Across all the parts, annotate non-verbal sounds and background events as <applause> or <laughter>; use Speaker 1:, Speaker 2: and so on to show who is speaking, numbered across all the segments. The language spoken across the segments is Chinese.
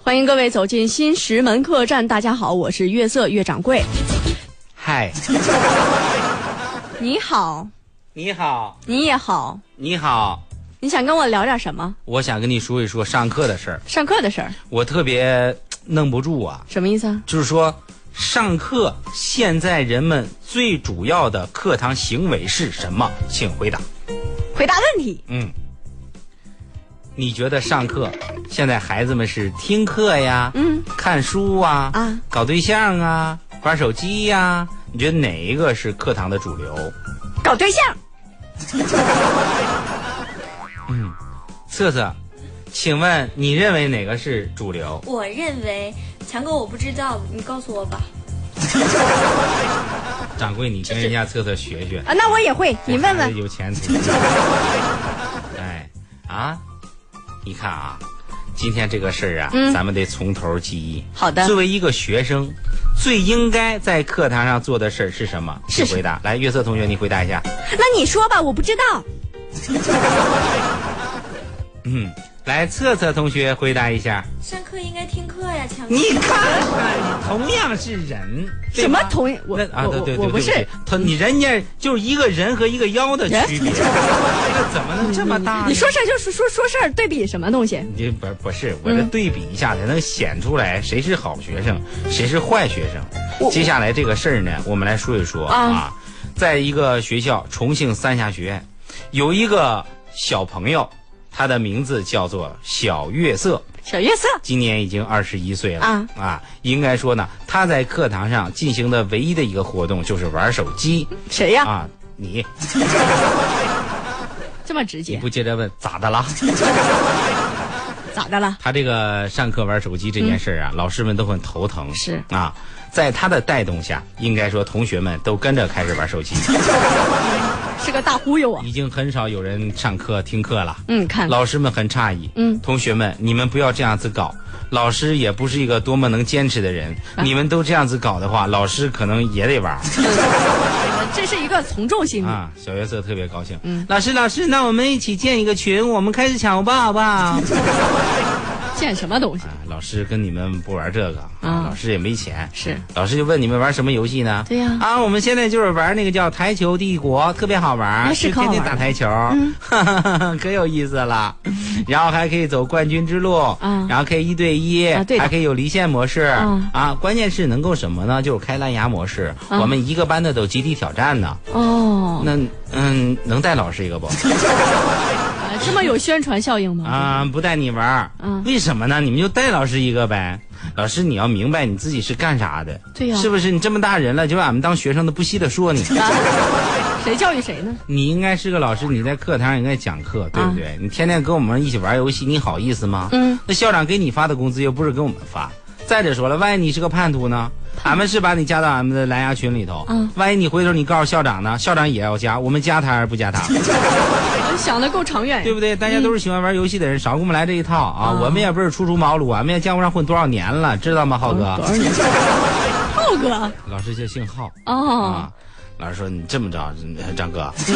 Speaker 1: 欢迎各位走进新石门客栈。大家好，我是月色月掌柜。
Speaker 2: 嗨，
Speaker 1: 你好，
Speaker 2: 你好，
Speaker 1: 你也好，
Speaker 2: 你好，
Speaker 1: 你想跟我聊点什么？
Speaker 2: 我想跟你说一说上课的事儿，
Speaker 1: 上课的事儿，
Speaker 2: 我特别弄不住啊。
Speaker 1: 什么意思啊？
Speaker 2: 就是说，上课现在人们最主要的课堂行为是什么？请回答。
Speaker 1: 回答问题。
Speaker 2: 嗯，你觉得上课现在孩子们是听课呀，
Speaker 1: 嗯，
Speaker 2: 看书啊，
Speaker 1: 啊，
Speaker 2: 搞对象啊，玩手机呀、你觉得哪一个是课堂的主流？
Speaker 1: 搞对象，
Speaker 2: 瑟瑟，请问你认为哪个是主流？
Speaker 3: 我认为强哥我不知道，你告诉我吧。
Speaker 2: 掌柜，你跟人家瑟瑟学学。
Speaker 1: 啊，那我也会，你问
Speaker 2: 还是
Speaker 1: 问。
Speaker 2: 有前
Speaker 1: <laughs>
Speaker 2: 途。哎，啊，你看啊，今天这个事儿啊，
Speaker 1: 嗯
Speaker 2: 咱们得从头记忆。
Speaker 1: 好的
Speaker 2: 作为一个学生，最应该在课堂上做的事儿是什么？
Speaker 1: 是
Speaker 2: 请回答。来，月色同学，你回答一下。
Speaker 1: 那你说吧，我不知道。
Speaker 2: 嗯，来，策策同学回答一下。
Speaker 3: 上课应该听课呀，强哥。
Speaker 2: 你看看，你同样是人，对
Speaker 1: 什么
Speaker 2: 吧
Speaker 1: 同意？我
Speaker 2: 那啊，
Speaker 1: 我
Speaker 2: 对
Speaker 1: 我
Speaker 2: 对对，
Speaker 1: 我不
Speaker 2: 对
Speaker 1: 是
Speaker 2: 起。他你人家就是一个人和一个妖的区别，这个 <laughs> 怎么能这么大呢？
Speaker 1: 你说事儿就说说说事儿，对比什么东西？
Speaker 2: 你不不是，我这
Speaker 1: 嗯
Speaker 2: 对比一下才能显出来谁是好学生，谁是坏学生。接下来这个事儿呢，我们来说一说
Speaker 1: 啊
Speaker 2: 啊，在一个学校，重庆三峡学院，有一个小朋友，他的名字叫做小月色，
Speaker 1: 小月色，
Speaker 2: 今年已经二十一岁了
Speaker 1: 啊
Speaker 2: 应该说呢，他在课堂上进行的唯一的一个活动就是玩手机
Speaker 1: 谁呀？
Speaker 2: 啊。你
Speaker 1: 这么直
Speaker 2: 你
Speaker 1: 接，
Speaker 2: 不接着问咋的啦？嗯
Speaker 1: 咋的了？
Speaker 2: 他这个上课玩手机这件事儿啊，老师们都很头疼。
Speaker 1: 嗯是
Speaker 2: 啊，在他的带动下，应该说同学们都跟着开始玩
Speaker 1: <laughs>
Speaker 2: 手机，
Speaker 1: 是个大忽悠啊！
Speaker 2: 已经很少有人上课听课了。
Speaker 1: 嗯，看
Speaker 2: 老师们很诧异，
Speaker 1: 嗯
Speaker 2: 同学们，你们不要这样子搞。老师也不是一个多么能坚持的人，
Speaker 1: 啊
Speaker 2: 你们都这样子搞的话，老师可能也
Speaker 1: <laughs>
Speaker 2: 得玩
Speaker 1: 这是一个从众心理。
Speaker 2: 啊。小月色特别高兴，
Speaker 1: 嗯
Speaker 2: 老师老师，那我们一起建一个群，我们开始抢吧，好
Speaker 1: <laughs>
Speaker 2: 不好？
Speaker 1: 见什么东西？
Speaker 2: 啊，老师跟你们不玩这个
Speaker 1: 啊
Speaker 2: 老师也没钱，
Speaker 1: 是
Speaker 2: 老师就问你们玩什么游戏呢？
Speaker 1: 对呀
Speaker 2: 啊，我们现在就是玩那个叫台球帝国，特别好玩，
Speaker 1: 那啊是
Speaker 2: 就
Speaker 1: 可好
Speaker 2: 天天
Speaker 1: 玩嗯
Speaker 2: 打台球， <laughs> 可有意思了。然后还可以走冠军之路，
Speaker 1: 啊
Speaker 2: 然后可以一对一，
Speaker 1: 啊对的
Speaker 2: 还可以有离线模式
Speaker 1: 啊
Speaker 2: 关键是能够什么呢？就是开蓝牙模式，
Speaker 1: 啊
Speaker 2: 我们一个班的都集体挑战呢。
Speaker 1: 哦，
Speaker 2: 那嗯，能带老师一个
Speaker 1: <laughs>
Speaker 2: 不？
Speaker 1: 啊这么有宣传效应吗？
Speaker 2: 啊、不带你玩儿，
Speaker 1: 嗯
Speaker 2: 为什么呢？你们就带老师一个呗。老师，你要明白你自己是干啥的，
Speaker 1: 对呀
Speaker 2: 是不是？你这么大人了，就把俺们当学生的，不惜的说你。
Speaker 1: 谁教育谁呢？
Speaker 2: 你应该是个老师，你在课堂上应该讲课，对不对？你天天跟我们一起玩游戏，你好意思
Speaker 1: 啊
Speaker 2: 吗？
Speaker 1: 嗯，
Speaker 2: 那校长给你发的工资又不是给我们发。再者说了，万一你是个叛徒呢？俺们是把你加到俺们的蓝牙群里头，
Speaker 1: 嗯
Speaker 2: 万一你回头你告诉校长呢，校长也要加，我们加他还是不
Speaker 1: <laughs>
Speaker 2: 加他？
Speaker 1: 想的够长远
Speaker 2: 对不对？大家都是喜欢玩游戏的人，少给我们来这一套啊！
Speaker 1: 啊
Speaker 2: 我们也不是初出茅庐，俺们也江湖上混多少年了，知
Speaker 1: 嗯
Speaker 2: 道吗，浩哥？
Speaker 1: 多少年？浩哥，
Speaker 2: 老师就姓浩
Speaker 1: 哦
Speaker 2: 啊，。老师说你这么着，张哥
Speaker 1: 这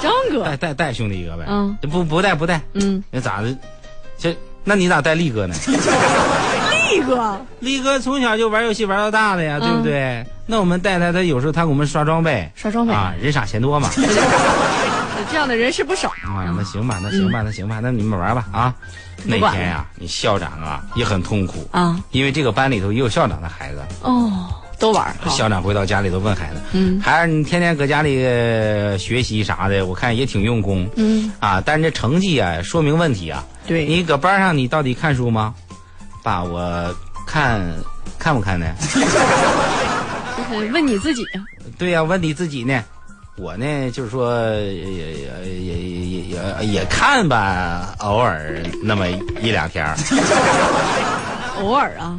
Speaker 1: 张哥
Speaker 2: 带，带带兄弟一个呗
Speaker 1: 嗯，
Speaker 2: 不不带不带，
Speaker 1: 嗯，
Speaker 2: 那咋的？这那你咋带力哥呢？
Speaker 1: 力哥，
Speaker 2: <laughs> 力哥从小就玩游戏玩到大的呀，对不对？那我们带他，他有时候他给我们刷装备，
Speaker 1: 刷嗯装备
Speaker 2: 啊，人傻钱多
Speaker 1: <laughs>
Speaker 2: 嘛。
Speaker 1: 这样的人是不少。
Speaker 2: 啊，那行吧，那行吧，那行吧，那你们玩吧啊。那
Speaker 1: 嗯管了
Speaker 2: 天呀，你校长啊也很痛苦
Speaker 1: 啊，
Speaker 2: 因为这个班里头也有校长的孩子，
Speaker 1: 哦，都玩儿好
Speaker 2: 校长回到家里头问孩子，
Speaker 1: 嗯
Speaker 2: 孩子你天天搁家里呃学习啥的，我看也挺用功，
Speaker 1: 嗯，
Speaker 2: 啊，但是这成绩啊说明问题啊，
Speaker 1: 对，
Speaker 2: 你搁班上你到底看书吗？爸，我看看不看呢？
Speaker 1: 就是问你自己，
Speaker 2: 对呀、问你自己呢。我呢，就是说，呃也也也也也看吧，偶尔那么一两天儿，
Speaker 1: 偶尔啊，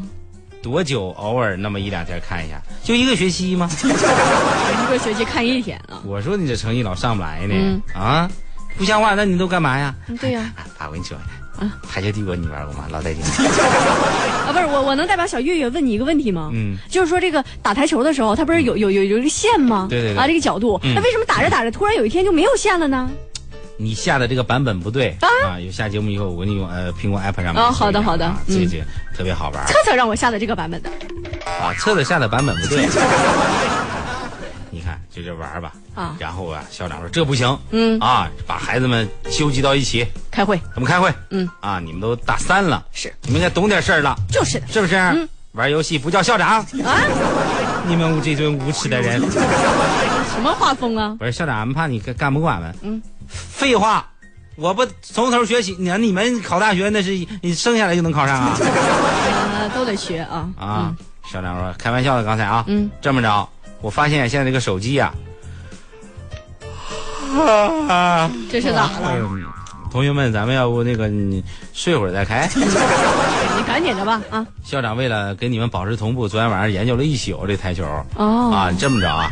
Speaker 2: 多久？偶尔那么一两天看一下，就一个学期吗？
Speaker 1: 一个学期看一天啊。
Speaker 2: 我说你这成绩老上不来呢，
Speaker 1: 嗯
Speaker 2: 啊，不像话，那你都干嘛呀？
Speaker 1: 嗯对呀啊
Speaker 2: 哎爸，我跟你说，排球帝国你玩过吗？老
Speaker 1: <laughs>
Speaker 2: 带劲。
Speaker 1: 啊，不是我，我能代表小月月问你一个问题吗？
Speaker 2: 嗯，
Speaker 1: 就是说这个打台球的时候，它不是有有有有一个线吗？
Speaker 2: 对对对
Speaker 1: 啊，这个角度，
Speaker 2: 嗯
Speaker 1: 那为什么打着打着突然有一天就没有线了呢？
Speaker 2: 你下的这个版本不对啊，有下节目以后，我给你用呃苹果 app 上面
Speaker 1: 哦
Speaker 2: 搜一下
Speaker 1: 好的好的
Speaker 2: 啊
Speaker 1: 嗯
Speaker 2: 这这特别好玩
Speaker 1: 策策让我下的这个版本的，
Speaker 2: 啊，测的下的版本不对。 <laughs> 你看，就这玩儿吧
Speaker 1: 啊
Speaker 2: 然后啊，校长说这不行，
Speaker 1: 嗯
Speaker 2: 啊，把孩子们纠集到一起，
Speaker 1: 开会
Speaker 2: 咱们开会，
Speaker 1: 嗯
Speaker 2: 啊，你们都大三了，
Speaker 1: 是嗯
Speaker 2: 你们应该懂点事儿了，
Speaker 1: 就是的
Speaker 2: 是不是？玩游戏不叫校长，
Speaker 1: 啊，
Speaker 2: 你们这群无耻的人！
Speaker 1: 什么画风啊？
Speaker 2: 不是校长，俺们怕你干干不过俺们。
Speaker 1: 嗯，
Speaker 2: 废话，我不从头学习，你你们考大学那是你生下来就能考上啊
Speaker 1: 呃，都得学啊
Speaker 2: 啊！校长说开玩笑的，刚才啊，
Speaker 1: 嗯，
Speaker 2: 这么着，我发现现在这个手机
Speaker 1: <laughs>
Speaker 2: 呀、啊，
Speaker 1: 嗯这是咋了？
Speaker 2: 嗯同学们，咱们要不那个你睡会儿再开？
Speaker 1: 你赶紧的吧啊！
Speaker 2: 校长为了跟你们保持同步，昨天晚上研究了一宿这台球。
Speaker 1: 哦，
Speaker 2: 啊，这么着啊，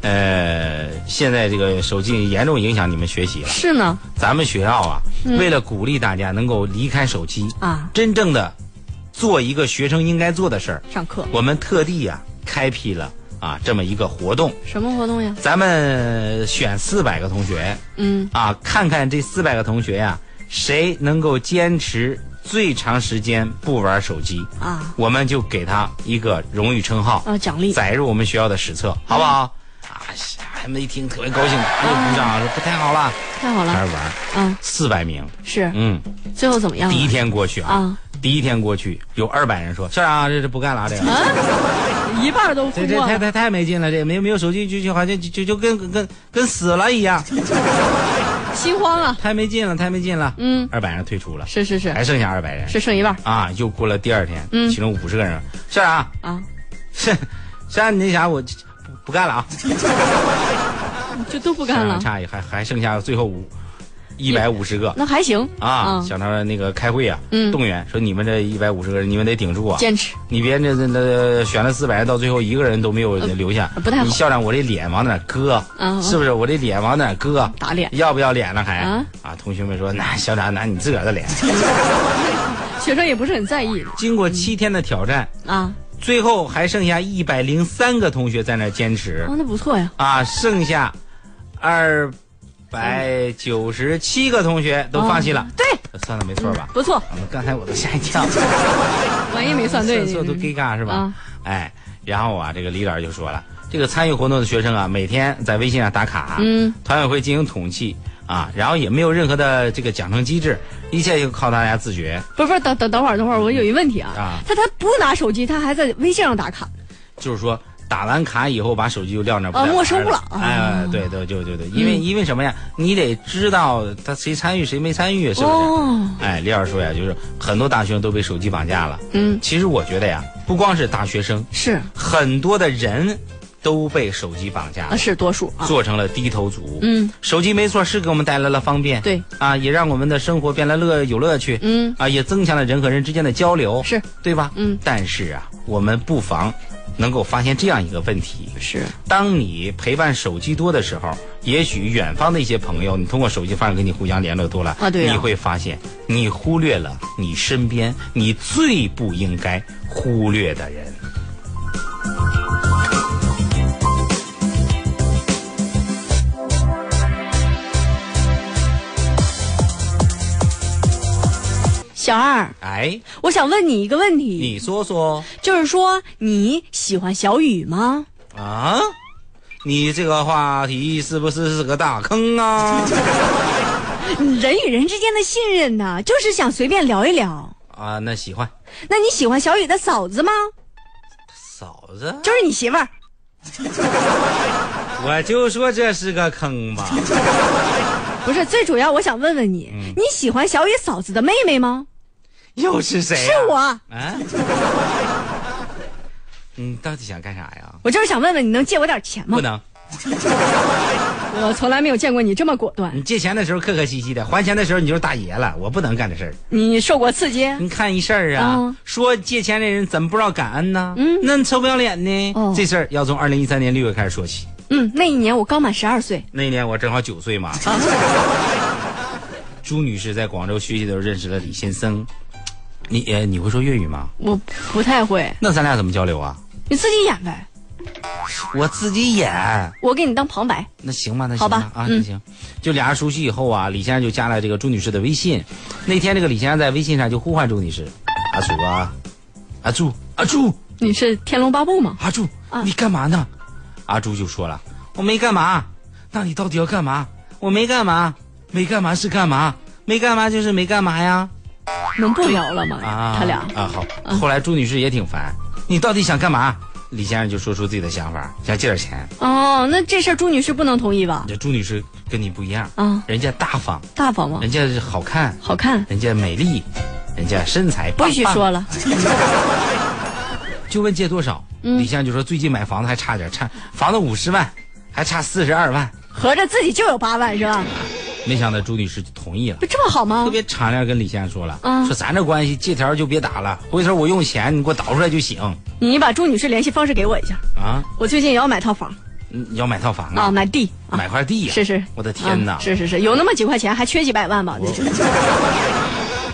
Speaker 2: 呃，现在这个手机严重影响你们学习了。
Speaker 1: 是呢
Speaker 2: 咱们学校啊，
Speaker 1: 嗯
Speaker 2: 为了鼓励大家能够离开手机，
Speaker 1: 啊，
Speaker 2: 真正的做一个学生应该做的事儿，
Speaker 1: 上课
Speaker 2: 我们特地呀、开辟了啊这么一个活动。
Speaker 1: 什么活动呀？
Speaker 2: 咱们选四百个同学
Speaker 1: 嗯，
Speaker 2: 啊，看看这四百个同学呀、谁能够坚持最长时间不玩手机，
Speaker 1: 啊
Speaker 2: 我们就给他一个荣誉称号。
Speaker 1: 啊，奖励
Speaker 2: 载入我们学校的史册，好不好？啊，孩子们一听特别高兴，又鼓掌，说不太好了，
Speaker 1: 太好
Speaker 2: 开
Speaker 1: 了
Speaker 2: 始玩
Speaker 1: 啊！
Speaker 2: 四百名，
Speaker 1: 是
Speaker 2: 嗯，
Speaker 1: 最后怎么样了
Speaker 2: 第一天过去啊，
Speaker 1: 啊？
Speaker 2: 第一天过去有二百人说校长啊这这不干了啊，这个
Speaker 1: 啊一半都
Speaker 2: 这
Speaker 1: 通
Speaker 2: 这
Speaker 1: 过
Speaker 2: 太
Speaker 1: 了
Speaker 2: 太太没劲了，这没有没有手机就就好像就就就跟跟跟死了
Speaker 1: <laughs>
Speaker 2: 一样，
Speaker 1: 心慌啊！
Speaker 2: 太没劲了，太没劲了，
Speaker 1: 嗯，
Speaker 2: 二百人退出了，
Speaker 1: 是是是
Speaker 2: 还剩下二百人
Speaker 1: 是剩一半
Speaker 2: 啊，又过了第二天，
Speaker 1: 嗯
Speaker 2: 其中五十个人说校长啊
Speaker 1: 啊，
Speaker 2: 是校长你那啥我不不干了啊，
Speaker 1: 就都不
Speaker 2: 校
Speaker 1: 干
Speaker 2: 长
Speaker 1: 了，
Speaker 2: 啊差一还还剩下最后五一百五十个。
Speaker 1: 那还行
Speaker 2: 啊，
Speaker 1: 嗯
Speaker 2: 想到那个开会啊，
Speaker 1: 嗯
Speaker 2: 动员说你们这一百五十个人，你们得顶住啊！
Speaker 1: 坚持
Speaker 2: 你别这这这选了四百人，到最后一个人都没有留下，
Speaker 1: 呃不太好
Speaker 2: 你校长，我这脸往哪儿搁？
Speaker 1: 啊
Speaker 2: 是不是？我这脸往哪儿搁？啊
Speaker 1: 打脸，
Speaker 2: 要不要脸了还？
Speaker 1: 啊
Speaker 2: 同学们说，那校长拿你自个儿的脸。
Speaker 1: 学生也不是很在意
Speaker 2: 经过七天的挑战，
Speaker 1: 啊。
Speaker 2: 最后还剩下一百零三个同学在那儿坚持
Speaker 1: 啊，那不错呀，
Speaker 2: 啊，剩下二百九十七个同学都放弃了
Speaker 1: 哦。对，
Speaker 2: 算的没错吧？
Speaker 1: 不错，
Speaker 2: 啊刚才我都吓一跳。
Speaker 1: 万一没嗯 <laughs> 算对，
Speaker 2: 厕所都
Speaker 1: 你
Speaker 2: 尴尬是吧？
Speaker 1: 啊
Speaker 2: 哎，然后啊，这个李导就说了，这个参与活动的学生啊，每天在微信上打卡，啊
Speaker 1: 嗯，
Speaker 2: 团委会进行统计啊，然后也没有任何的这个奖惩机制，一切就靠大家自觉。
Speaker 1: 不是不是，等等等会儿，等会儿，我有一问题啊，
Speaker 2: 啊
Speaker 1: 他他不拿手机，他还在微信上打卡，
Speaker 2: 就是说，打完卡以后把手机就撂那儿不
Speaker 1: 啊
Speaker 2: 带玩
Speaker 1: 没收了
Speaker 2: 哎
Speaker 1: 啊，
Speaker 2: 对对对对对，因为、因为什么呀？你得知道他谁参与谁没参与，是不是？
Speaker 1: 哦，
Speaker 2: 哎，李老师说呀，就是很多大学生都被手机绑架了。
Speaker 1: 嗯，
Speaker 2: 其实我觉得呀，不光是大学生，
Speaker 1: 是
Speaker 2: 很多的人都被手机绑架了
Speaker 1: 啊，。是多数啊，
Speaker 2: 做成了低头族。
Speaker 1: 嗯，
Speaker 2: 手机没错是给我们带来了方便，
Speaker 1: 对
Speaker 2: 啊，也让我们的生活变得乐有乐趣，
Speaker 1: 嗯，
Speaker 2: 啊，也增强了人和人之间的交流，
Speaker 1: 是
Speaker 2: 对吧？
Speaker 1: 嗯，
Speaker 2: 但是啊，我们不妨能够发现这样一个问题：
Speaker 1: 是
Speaker 2: 当你陪伴手机多的时候，也许远方的一些朋友，你通过手机方式跟你互相联络多了，
Speaker 1: 啊对呀
Speaker 2: 你会发现你忽略了你身边你最不应该忽略的人。
Speaker 1: 小二，
Speaker 2: 哎，
Speaker 1: 我想问你一个问题，
Speaker 2: 你说说
Speaker 1: 就是说你喜欢小雨吗？
Speaker 2: 啊？你这个话题是不是是个大坑啊？ <laughs>
Speaker 1: 人与人之间的信任呐、就是想随便聊一聊。
Speaker 2: 啊，那喜欢
Speaker 1: 那你喜欢小雨的嫂子吗？
Speaker 2: 嫂子，
Speaker 1: 就是你媳妇儿。
Speaker 2: 我就说这是个坑吧。
Speaker 1: 不是，最主要我想问问你，
Speaker 2: 嗯
Speaker 1: 你喜欢小雨嫂子的妹妹吗？
Speaker 2: 又是谁、
Speaker 1: 是。我，
Speaker 2: 啊？ <laughs> 你到底想干啥呀？
Speaker 1: 我就是想问问你能借我点钱吗
Speaker 2: 不？能，
Speaker 1: 我从来没有见过你这么果断，
Speaker 2: 你借钱的时候客客气气的，还钱的时候你就是大爷了。我不能干这事儿。
Speaker 1: 你受过刺激？
Speaker 2: 你看一事儿啊，
Speaker 1: 嗯
Speaker 2: 说借钱的人怎么不知道感恩呢？嗯，那你臭不要脸呢？
Speaker 1: 哦
Speaker 2: 这事儿要从二零一三年六月开始说起。
Speaker 1: 嗯，那一年我刚满十二岁，
Speaker 2: 那一年我正好九岁嘛。
Speaker 1: 啊
Speaker 2: <laughs> 朱女士在广州学习的时候认识了李先生。你呃，你会说粤语吗？
Speaker 1: 我不太会，
Speaker 2: 那咱俩怎么交流啊？
Speaker 1: 你自己演呗。
Speaker 2: 我自己演。
Speaker 1: 我给你当旁白。
Speaker 2: 那行吧，那行
Speaker 1: 好吧
Speaker 2: 啊，
Speaker 1: 嗯
Speaker 2: 那行。就俩人熟悉以后啊，李先生就加了这个朱女士的微信。那天这个李先生在微信上就呼唤朱女士：“阿朱啊，阿朱，阿朱，
Speaker 1: 你是《天龙八部》吗？
Speaker 2: 阿朱，
Speaker 1: 啊
Speaker 2: 你干嘛呢？”阿朱就说了：“我没干嘛。”那你到底要干嘛？我没干嘛，没干嘛是干嘛？没干嘛就是没干嘛呀。
Speaker 1: 能不聊了吗？
Speaker 2: 啊，
Speaker 1: 他俩嗯
Speaker 2: 啊好。后来朱女士也挺烦，你到底想干嘛？李先生就说出自己的想法，想借点钱。
Speaker 1: 哦，那这事儿朱女士不能同意吧？
Speaker 2: 这朱女士跟你不一样，
Speaker 1: 啊，
Speaker 2: 人家大方，
Speaker 1: 大方吗？
Speaker 2: 人家是好看，
Speaker 1: 好看，
Speaker 2: 人家美丽，人家身材棒
Speaker 1: 不
Speaker 2: 棒
Speaker 1: 许说了。
Speaker 2: 就问借多少，
Speaker 1: 嗯
Speaker 2: 李先生就说最近买房子还差点，差房子五十万，还差四十二万。
Speaker 1: 合着自己就有八万是吧？
Speaker 2: 没想到朱女士就同意了
Speaker 1: 不。这么好吗
Speaker 2: 特？别敞亮跟李先生说了，
Speaker 1: 嗯
Speaker 2: 说咱这关系借条就别打了，回头我用钱你给我导出来就行
Speaker 1: 你把朱女士联系方式给我一下，
Speaker 2: 啊！
Speaker 1: 我最近也要买套房
Speaker 2: 嗯要买套房
Speaker 1: 啊，
Speaker 2: 啊，
Speaker 1: 买地啊，
Speaker 2: 买块地呀！
Speaker 1: 是是，
Speaker 2: 我的天哪哦
Speaker 1: 啊！是是是，有那么几块钱，还缺几百万吧？那是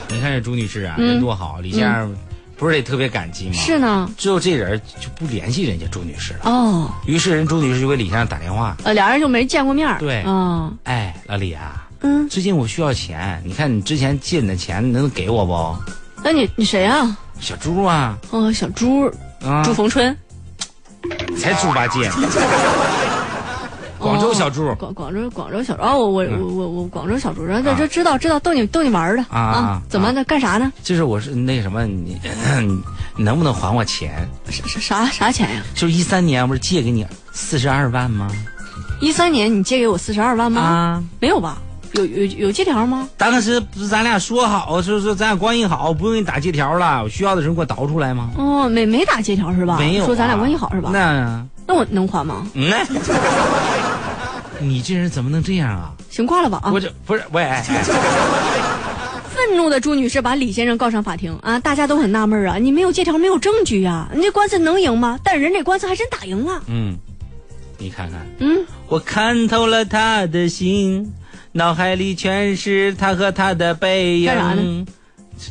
Speaker 2: 你看这朱女士啊，人多好，李先生不是得特别感激吗？
Speaker 1: 嗯是呢，
Speaker 2: 之后这人就不联系人家朱女士了，
Speaker 1: 哦，
Speaker 2: 于是人朱女士就给李先生打电话，
Speaker 1: 呃，俩人就没见过面儿
Speaker 2: 对
Speaker 1: 啊，
Speaker 2: 哎，老李啊，
Speaker 1: 嗯，
Speaker 2: 最近我需要钱，你看你之前借你的钱，你能给我不？
Speaker 1: 那你你谁啊？
Speaker 2: 小猪啊，
Speaker 1: 哦，小朱，
Speaker 2: 啊，
Speaker 1: 朱逢春，
Speaker 2: 才猪八戒，
Speaker 1: 哦
Speaker 2: 广州小猪嗯
Speaker 1: 哦广广州广州小猪，哦，我我我我我广州小猪，然后这这知道知道逗你逗你玩儿的
Speaker 2: 啊啊
Speaker 1: 怎么的干啥呢？
Speaker 2: 就是我是那什么，你 <clears throat> 你能不能还我钱？
Speaker 1: 啥啥啥啥钱呀？
Speaker 2: 就是一三年不是借给你四十二万吗？
Speaker 1: 一三年你借给我四十二万吗？
Speaker 2: 啊，
Speaker 1: 没有吧？有有有借条吗？
Speaker 2: 当时不是咱俩说好，说说咱俩关系好，不用你打借条了，我需要的时候给我倒出来吗？
Speaker 1: 哦，没没打借条是吧？
Speaker 2: 没有啊、
Speaker 1: 说咱俩关系好是吧？
Speaker 2: 那
Speaker 1: 那我能还吗？
Speaker 2: 嗯 <laughs> 那，你这人怎么能这样啊？
Speaker 1: 行，挂了吧啊
Speaker 2: 我！这不是喂。哎哎
Speaker 1: 愤怒的朱女士把李先生告上法庭啊！大家都很纳闷儿啊，你没有借条，没有证据呀、你这官司能赢吗？但人这官司还真打赢啊了。
Speaker 2: 嗯，你看看，
Speaker 1: 嗯，
Speaker 2: 我看透了他的心，脑海里全是他和他的背影。
Speaker 1: 干啥呢？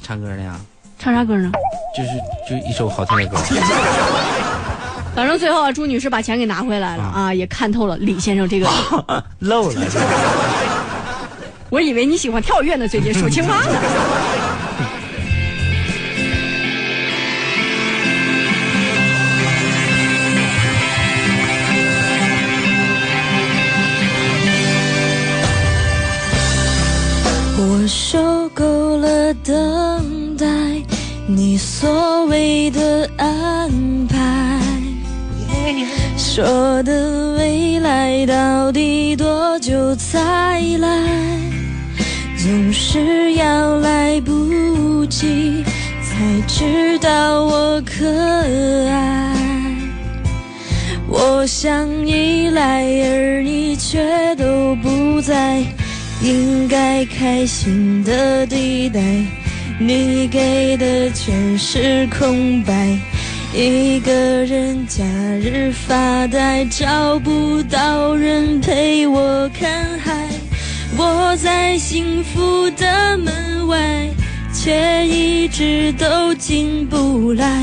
Speaker 2: 唱歌呢呀，
Speaker 1: 唱啥歌呢？
Speaker 2: 就是就一首好听的
Speaker 1: <laughs>
Speaker 2: 歌。
Speaker 1: 反正最后啊，朱女士把钱给拿回来了啊，也看透了李先生这个。
Speaker 2: 漏了，
Speaker 1: 我以为你喜欢跳跃呢，最近数青蛙呢。
Speaker 4: 我受够了等待你所谓的安排，说的未来到底多久才来，总是要来不及才知道我可爱。我想依赖，而你却都不在应该开心的地带。你给的全是空白，一个人假日发呆，找不到人陪我看海。我在幸福的门外，却一直都进不来。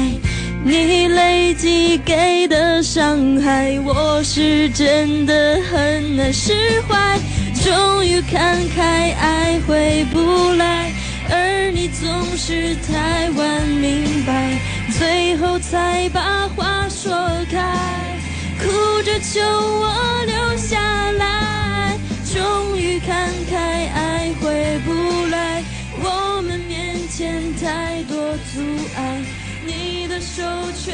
Speaker 4: 你累积给的伤害，我是真的很难释怀。终于看开，爱回不来，而你总是太晚明白，最后才把话说开，哭着求我留下来。终于看开，爱回不来，我们面前太多阻碍。你的手却